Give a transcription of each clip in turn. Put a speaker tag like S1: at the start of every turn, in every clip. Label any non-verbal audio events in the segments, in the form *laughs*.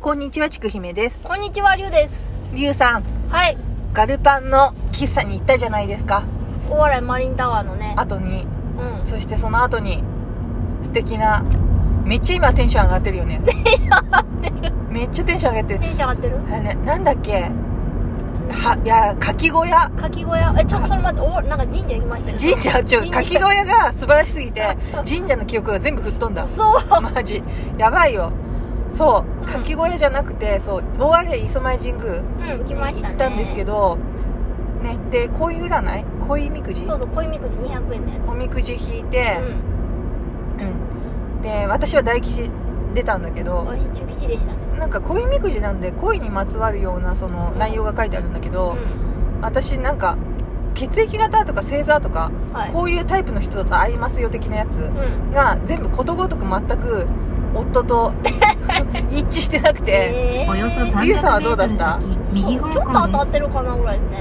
S1: こんにちは、ちくひめです。
S2: こんにちは、りゅうです。
S1: りゅうさん、
S2: はい。
S1: ガルパンの喫茶に行ったじゃないですか。
S2: お笑いマリンタワーのね。
S1: 後に、
S2: うん。
S1: そしてその後に、素敵な、めっちゃ今テンション上がってるよね。テンション上がってる。めっちゃテンション上がってる。
S2: テンション上がってる
S1: あれね、なんだっけは、いや、かき小屋。
S2: かき小屋。え、ちょっとそれ待って、お、なんか神社行きましたね。
S1: 神社、ちょ、
S2: 神社
S1: かき小屋が素晴らしすぎて、神社の記憶が全部吹っ飛んだ。
S2: そう。
S1: マジ。やばいよ。そう、
S2: ん
S1: かき小屋じゃなくて、そう、大荒磯前神宮。
S2: うん、来ましたね。
S1: 行ったんですけ
S2: ど。
S1: ど、ね、で恋占い恋みくじ
S2: そうそう、恋みくじ200円のやつ。
S1: おみくじ引いうて、
S2: ん。
S1: うんで私は大吉出たんだけど
S2: 私、中吉でしたね。
S1: なんか恋みくじなんで恋にまつわるようなその内容が書いてあるんだけ
S2: う
S1: ど、
S2: ん。
S1: 私なんか血液型とか星座とか、
S2: はい。
S1: こういうタイプの人と合いますよ的なやつ
S2: うん。
S1: が全部ことごとく全く夫
S2: *laughs*
S1: と一致してなくて、
S2: えー
S3: およそ300
S1: リュウさんはどうだった
S3: メートル先
S2: そう
S3: 右
S2: ちょ
S3: 方
S2: っ
S3: 向
S2: と当たってるかなぐらいですね。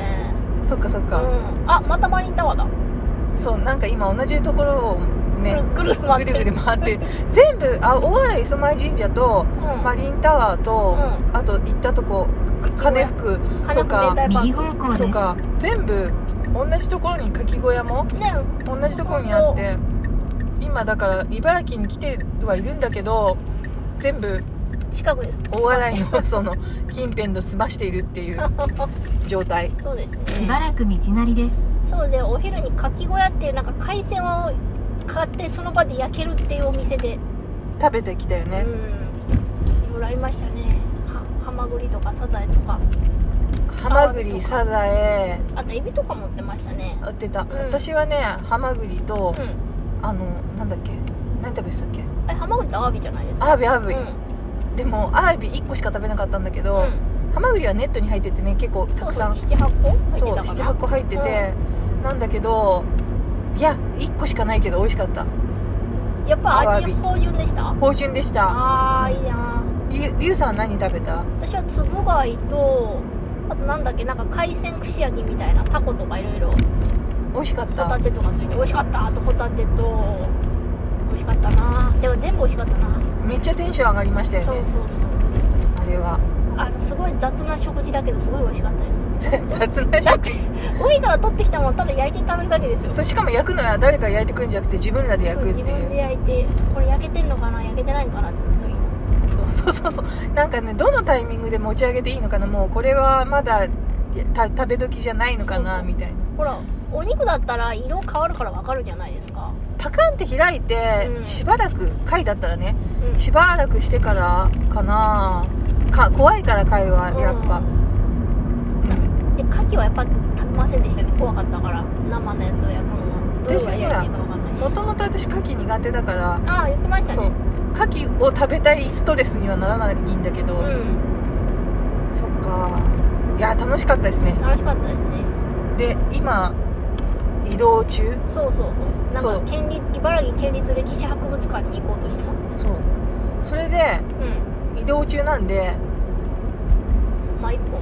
S1: そっかそっ
S2: う
S1: か、
S2: ん。あ、またマリンタワーだ。
S1: そうなんか今同じところをね、
S2: ぐるぐる
S1: ぐ
S2: 回
S1: る
S2: っ
S1: ぐ
S2: て
S1: る
S2: る。
S1: 回ってる全部あ大洗磯前神社と
S2: うん。
S1: マリンタワーと、
S2: う
S1: あと行ったとこ金福と
S2: 金子明
S1: か
S2: 太パ
S3: 右
S2: ー
S3: 方向
S1: と
S3: です。
S1: か全部同じところにかき小屋も
S2: ク。ね、
S1: 同じところにあって今だから茨城に来てはいるんだけど全部
S2: 近くです。
S1: 大洗のその近辺の済ましているって
S2: *laughs*
S1: いう状態
S2: そうですね。
S3: しばらく道なりです。
S2: そうでお昼にかき小屋っていうなんか海鮮を買ってその場で焼けるっていうお店で、
S1: 食べてきたよね
S2: う、んいろいろありましたねはハマグリとかサザエとか
S1: ハマグリサザエ
S2: あとエビとか持ってましたね
S1: 売ってた、
S2: ん
S1: 私はねハマグリと、
S2: うん
S1: あのなんだっけ何食べてたっけ
S2: えハマグリってアワビじゃないですか
S1: アワビアワ
S2: う
S1: ビ、
S2: ん
S1: でもアワビ1個しか食べなかったんだけ
S2: う
S1: ど、
S2: ん
S1: ハマグリはネットに入っててね結構たくさん
S2: そうそう78個入って
S1: そう
S2: たか
S1: 78
S2: な
S1: 個入ってて、なんだけどいや1個しかないけど美味しかった
S2: やっ
S1: ア
S2: ぱ
S1: ワ
S2: 味
S1: ビ
S2: 芳醇でした
S1: 芳醇でした
S2: あーいいな
S1: ゆゆうさんは何食べた
S2: 私はつぶ貝とあとなんだっけなんか海鮮串揚げみたいなタコとかいろいろ
S1: 美味しかっ
S2: ホタ
S1: た
S2: テとかついて美味しかったあとホタテと美味しかったなでも全部美味しかったな、
S1: めっちゃテンション上がりましたよ
S2: そ
S1: ね
S2: うそうそう
S1: あれは *laughs*
S2: あのすごい雑な食事だけどすごい美味しかったです
S1: 雑な
S2: だ
S1: 食
S2: って海から取ってきたものただ焼いて食べるだけですよ
S1: そうしかも焼くのは誰か焼いてくるんじゃなくて自分らで焼
S2: そう
S1: くって
S2: 自分で
S1: いう
S2: 焼いてこれ焼けてんのかな焼けてないのかなってずっと言い
S1: そうそうそうそうなんかねどのタイミングで持ち上げていいのかなもうこれはまだいやた食べ時じゃないのかな
S2: そうそう
S1: みたいな
S2: ほらお肉だったら色変わるから分かるじゃないですか、
S1: パカンって開いて、
S2: うん
S1: しばらく貝だったらね
S2: うん
S1: しばらくしてからかなか怖いから貝はやっぱ、うん
S2: で牡蠣はやっぱ食べませんでしたね怖かったから生のやつを焼くのはどれぐらい焼いていいか分かんないし
S1: もともと私牡蠣苦手だから
S2: ああ言ってました
S1: そう
S2: ね
S1: 牡蠣を食べたいストレスにはならないんだけど、
S2: うん
S1: そっかいや楽しかったですね
S2: 楽しかったですね
S1: で今移動中
S2: そうそうそうなん
S1: そう
S2: か県立茨城県立歴史博物館に行こうとしてます
S1: そうそれで
S2: うん
S1: 移動中なんで
S2: まあ一本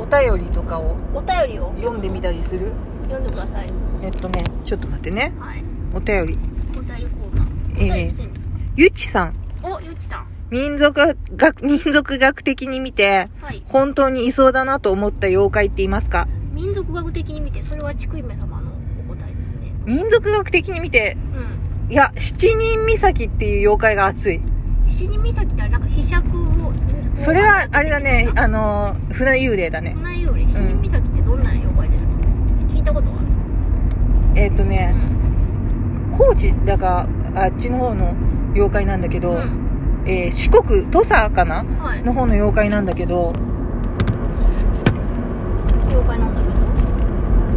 S1: お便りとかを
S2: お便りを
S1: 読んでみたりする
S2: 読んでください
S1: えっとねちょっと待ってね
S2: はい
S1: お便り
S2: お便りコーナー
S1: ええ
S2: お便り来てるんですか
S1: ゆっちさん
S2: おゆきさん
S1: 民族学民族学的に見て
S2: はい
S1: 本当にいそうだなと思った妖怪っていますか
S2: 民族学的に見てそれはちくいめ様のお答えですね
S1: 民族学的に見て
S2: うん
S1: いや七人岬っていう妖怪が熱い
S2: 七人岬ってあれなんか飛釈を
S1: それはあれだねあのー船幽霊だね
S2: こんなより七人岬ってどんな妖怪ですか聞いたことは
S1: えっ、と
S2: あ
S1: ね
S2: る
S1: 高知だかあっちの方の妖怪なんだけど、
S2: うんうん
S1: えー四国土佐かな
S2: はい
S1: の方の妖怪なんだけど
S2: 妖怪なんだけ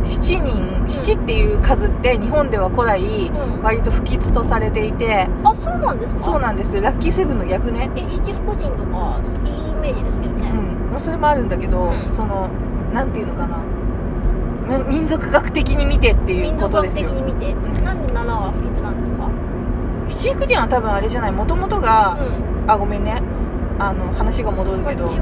S1: 七人七っていう数って日本では古来
S2: どうん
S1: 割と不吉とされていて
S2: あそうなんですか
S1: そうなんですよラッキーセブンの逆ね
S2: え七福神とかいいイメージですけどね、
S1: うん、もうそれもあるんだけど、
S2: うん
S1: そのなんていうのかなむ民族学的に見てっていう
S2: 民
S1: こ
S2: 族
S1: と
S2: 学
S1: です
S2: 的
S1: よ
S2: に見て、
S1: ん
S2: なんで7は不吉なんですか
S1: 七福神は多分あれじゃないもともとが、あごめんねあの話が戻
S2: う
S1: る
S2: んこ
S1: け
S2: れ
S1: ど
S2: 中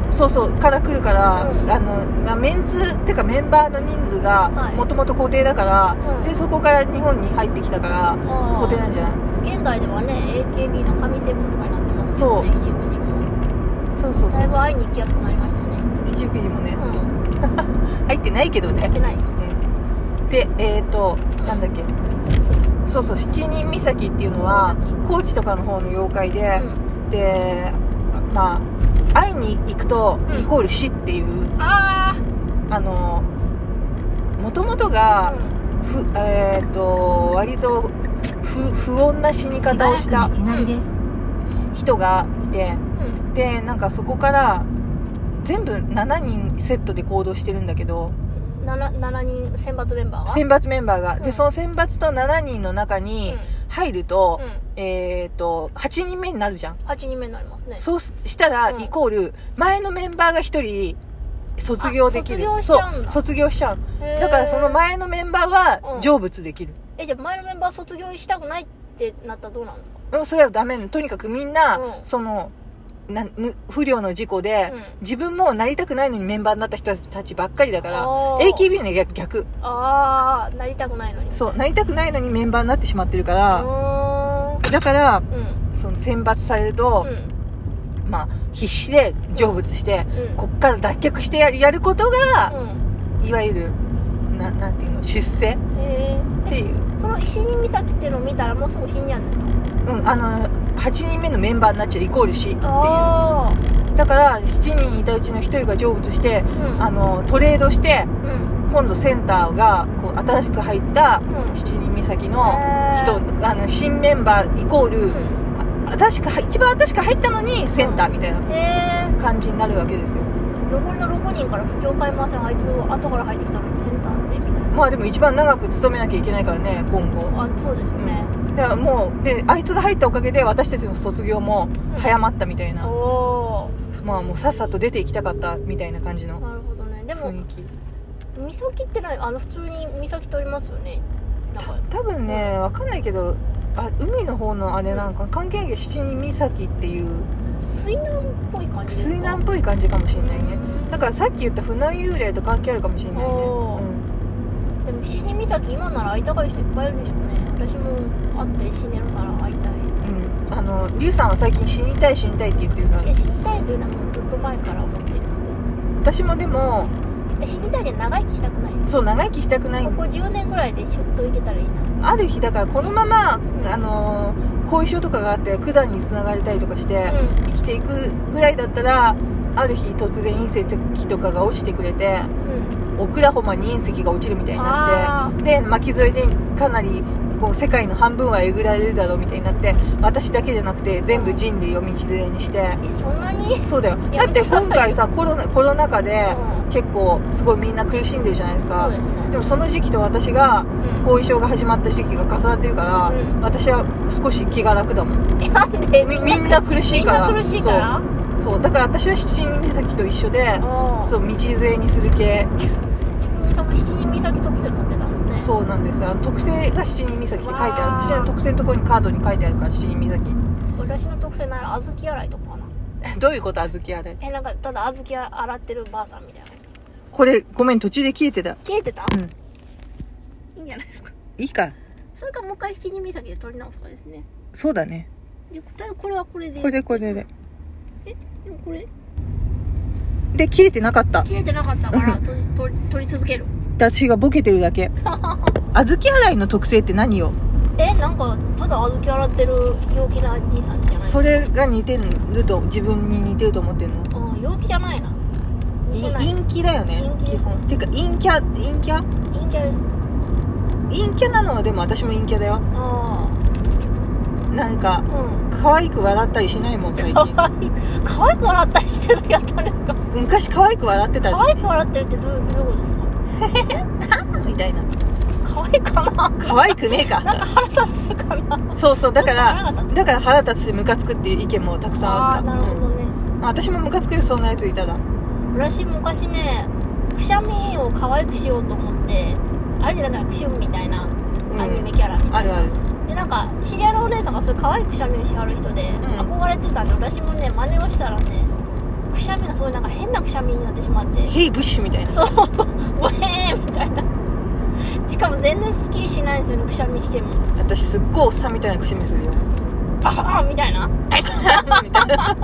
S2: 国
S1: そうそうから来るから、
S2: うん
S1: あのがメンツっていうかメンバーの人数が
S2: はい
S1: もともと固定だから、
S2: うん
S1: でそこから日本に入ってきたから
S2: あー
S1: 固定なんじゃない
S2: 現代ではね AKB の神セブンとかになってますけどね
S1: そう
S2: 七福神も
S1: そそうそうそう
S2: だいぶ会いに行きやすくなりましたね
S1: 七福寺もね
S2: うん
S1: 入ってないけど
S2: やっ
S1: ね
S2: てない
S1: うんでえっ、ー、となんだっけそうそう七人岬っていうのは高知とかの方の妖怪で、
S2: うん
S1: でまあ会いに行くと
S2: うん
S1: イコール死っていう、
S2: あ
S1: あのもともと
S2: あ
S1: が、ふえー、と割と不不穏な死に方をした
S3: しばらく道なりです。
S1: 人がいて
S2: うん
S1: でなんかそこから全部7人セットで行動してるんだけど
S2: 七七人選抜メンバーは
S1: 選抜メンバーが、
S2: う
S1: で
S2: ん
S1: その選抜と7人の中に入ると
S2: う、ん、うん、
S1: えー、と8人目になるじゃん
S2: 8人目になりますね
S1: そうしたら、
S2: うん
S1: イコール、前のメンバーが一人、卒業できる。
S2: あ卒業しちゃうん
S1: そ
S2: だ
S1: う、卒業しちゃう。
S2: へー
S1: だからその前のメンバー
S2: う
S1: は
S2: ん、
S1: 成仏できる。
S2: えじゃあ前のメンバー卒業したくないってなったらどうなんですか
S1: うん、それはダメなのとにかくみんな、
S2: うん
S1: その、なむ不良の事故で、
S2: うん
S1: 自分もなりたくないのにメンバーになった人たちばっかりだから、
S2: あー
S1: AKB の逆逆。
S2: ああなりたくないのにう
S1: そう、なりたくないのにメンバーになってしまってるか
S2: う
S1: ら、
S2: ーん
S1: だから、
S2: うん
S1: その選抜されると
S2: う、ん
S1: まあ、必死で成仏して、
S2: うん
S1: こっから脱却してやるやることが、
S2: うん
S1: いわゆるななんていうの出世っ
S2: へ
S1: ていう、
S2: えその石人岬っていうのを見たらもうすぐ死んじゃうんですか
S1: うん、あの8人目のメンバーになっちゃうイコール死っていうだ
S2: ああ
S1: から7人いたうちの1人が成仏して
S2: うん
S1: あのトレードして
S2: うん
S1: 今度センターがこう新しく入った
S2: うん
S1: 七人岬の
S2: へー
S1: 人あの新メンバーイコール、
S2: う
S1: あ新しく入一番新しく入ったのにセンターみたいなん
S2: へえ
S1: 感じになるわけですよ
S2: 残りの6人から不況買いませんあいつを後から入ってきたのにセンターってみたいな
S1: まあでも一番長く勤めなきゃいけないからね今後
S2: あそうですよね、
S1: だからもうであいつが入ったおかげで私たちの卒業も早まったみたいな、
S2: お
S1: まあもうさっさと出ていきたかったみたいな感じ
S2: お
S1: の
S2: なるほどねでも
S1: 雰囲気
S2: 岬ってのはあの普通に岬取りますよねなんか
S1: 多分ねわかんないけどあ海の方のあれなんか関係ない七人岬っていう
S2: 水難っぽい感じですか
S1: 水難っぽい感じかもしれないねだ
S2: か
S1: からさっき言った船幽霊と関係あるかもしれないね、
S2: お
S1: う
S2: ー
S1: ん
S2: らでも七人岬今なら会いたがる人いっぱいいるでしょうね私も会って死ねるなら会いたい
S1: うん、あのリュウさんは最近死にたい死にたいって言ってるか
S2: い
S1: ら
S2: や死にたいというのはもうずっと前から思ってるの
S1: 私もでも
S2: で死にたいで長生きしたくないです
S1: そう長生きしたくない
S2: ここ10年ぐらいでシュッといけたらいいな
S1: ある日だからこのままあのー後遺症とかがあって九段に繋がれたりとかして、
S2: うん
S1: 生きていくぐらいだったらある日突然隕石とかが落ちてくれて
S2: うん
S1: オクラホマに隕石が落ちるみたいにな
S2: あ
S1: ってで巻き添えでかなりこう世界の半分はえぐられるだろうみたいになって私だけじゃなくて全部人類を道連れにして
S2: ーえそんなに
S1: そうだよ
S2: や
S1: だって今回さコロナコロナ禍で
S2: うん
S1: 結構すごいみんな苦しんでるじゃないです
S2: そう
S1: か
S2: ですね
S1: でもその時期と私が
S2: うん
S1: 後遺症が始まった時期が重なってるから、
S2: うん
S1: 私は少し気が楽だもん
S2: えなんで
S1: みみんな苦し
S2: み
S1: い
S2: ん
S1: から
S2: な苦しいから
S1: そうだから私は七人岬と一緒で
S2: あ
S1: そうう道連れにする系
S2: 自分みさも七人岬特選持ってたんですね
S1: そうなんですあの特性が七人岬って書いてある
S2: わー
S1: 私の特性のところにカードに書いてあるから七人岬
S2: 私の特選なら小豆洗いとかかな
S1: *laughs* どういうこと小豆あれ
S2: えなんかただ小豆洗ってるばあさんみたいな
S1: これごめん途中で消えてた
S2: 消えてた、
S1: うん
S2: いいんじゃないですか
S1: いいか
S2: それかもう一回七人岬で取り直すかですね
S1: そうだね
S2: でただこれはこれで
S1: これでこれで
S2: でもこれ
S1: で消えてなかった
S2: 切れてなかった *laughs* から取り取り取り続ける
S1: 私がボケてるだけ *laughs* 小豆洗いの特性って何よ
S2: えなんかただ小豆洗ってる陽気なじいさんじゃない
S1: それが似てると自分に似てると思ってるの
S2: うん陽気じゃないな似
S1: い
S2: てない陰
S1: 陰気だよね
S2: 陰気
S1: 基本てか陰キャ陰キャ
S2: キャです
S1: 陰キャなのはでも私も陰キャだよ
S2: あ
S1: なんか
S2: あうん
S1: 可愛く笑ったりしないもん最
S2: 可 *laughs*
S1: 近
S2: 愛い可愛く笑ったりしてるだけやったんですか
S1: 昔可愛く笑ってた
S2: 可愛く
S1: 時
S2: 笑ってるってどういうどういうことですか
S1: みたいな
S2: 可愛いかな
S1: 可愛くねえ
S2: なん
S1: か
S2: か腹立つかな
S1: そうそうだか
S2: *laughs* 腹が
S1: ら
S2: 立つ
S1: だから腹立つしムカつくっていう意見もたくさんあ
S2: あ
S1: っ
S2: あ
S1: た
S2: なるほどね
S1: うんまあ私もムカつくよそんなやついたら
S2: 私昔ねくしゃみを可愛くしようと思ってあれじゃないクシュンみたいな
S1: うん
S2: アニメキャラみた
S1: あ
S2: いな、
S1: るある
S2: でなんか知り合いのお姉さんがそういう可愛いくしゃみをしはる人で、
S1: ん
S2: 憧れてたんで私もね真似をしたらねくしゃみがすごいなんか変なくしゃみになってしまって
S1: ヘイブッシュみたいな
S2: そう *laughs* そうボヘーみたいなしかも全然すっきりしないんですよねくしゃみしても
S1: 私すっ
S2: *laughs*
S1: ごいおっさんみたいなくしみするよ
S2: ああみたいな
S1: みたいな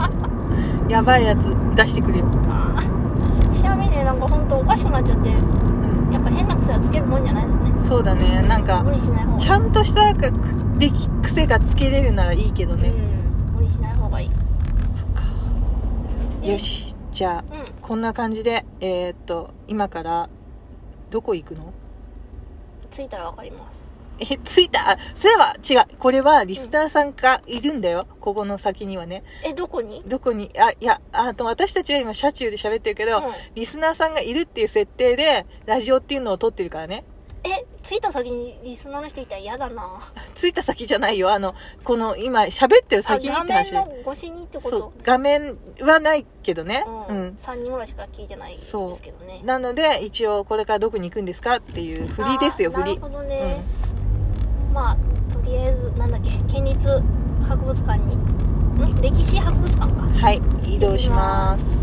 S1: やばいやつ出してくるよ、
S2: あーくしゃみでなんかほんとおかしくなっちゃってや
S1: うん、
S2: っぱ変な癖はつけるもんじゃないですね
S1: そうだねなんか
S2: 無理しない方がいい
S1: ちゃんとしたくでき癖がつけれるならいいけどね、
S2: うん無理しない方がいい
S1: そっかよしじゃあ
S2: うん
S1: こんな感じでえーっと今からどこ行くの *laughs*
S2: 着いたらわかります
S1: え着いたあそういえば違うこれはリスナーさんがいるんだよ、ここの先にはね
S2: えどこに
S1: どこにあいやあと私たちは今車中で喋ってるけど、
S2: うん
S1: リスナーさんがいるっていう設定でラジオっていうのを撮ってるからね
S2: え着いた先にリスナーの人いたら嫌だな
S1: 着いた先じゃないよあのこの今喋ってる
S2: あ
S1: 先に
S2: 画
S1: って
S2: 面
S1: 話
S2: の越しにってこ
S1: そ
S2: と
S1: う画面はないけどね
S2: う
S1: うんん、
S2: 3人ぐらいしか聞いてないんですけどね
S1: なので一応これからどこに行くんですかっていう振りですよ
S2: あー
S1: 振り
S2: なるほどね、まあとりあえずなんだっけ県立博物館にん歴史博物館か
S1: はい移動します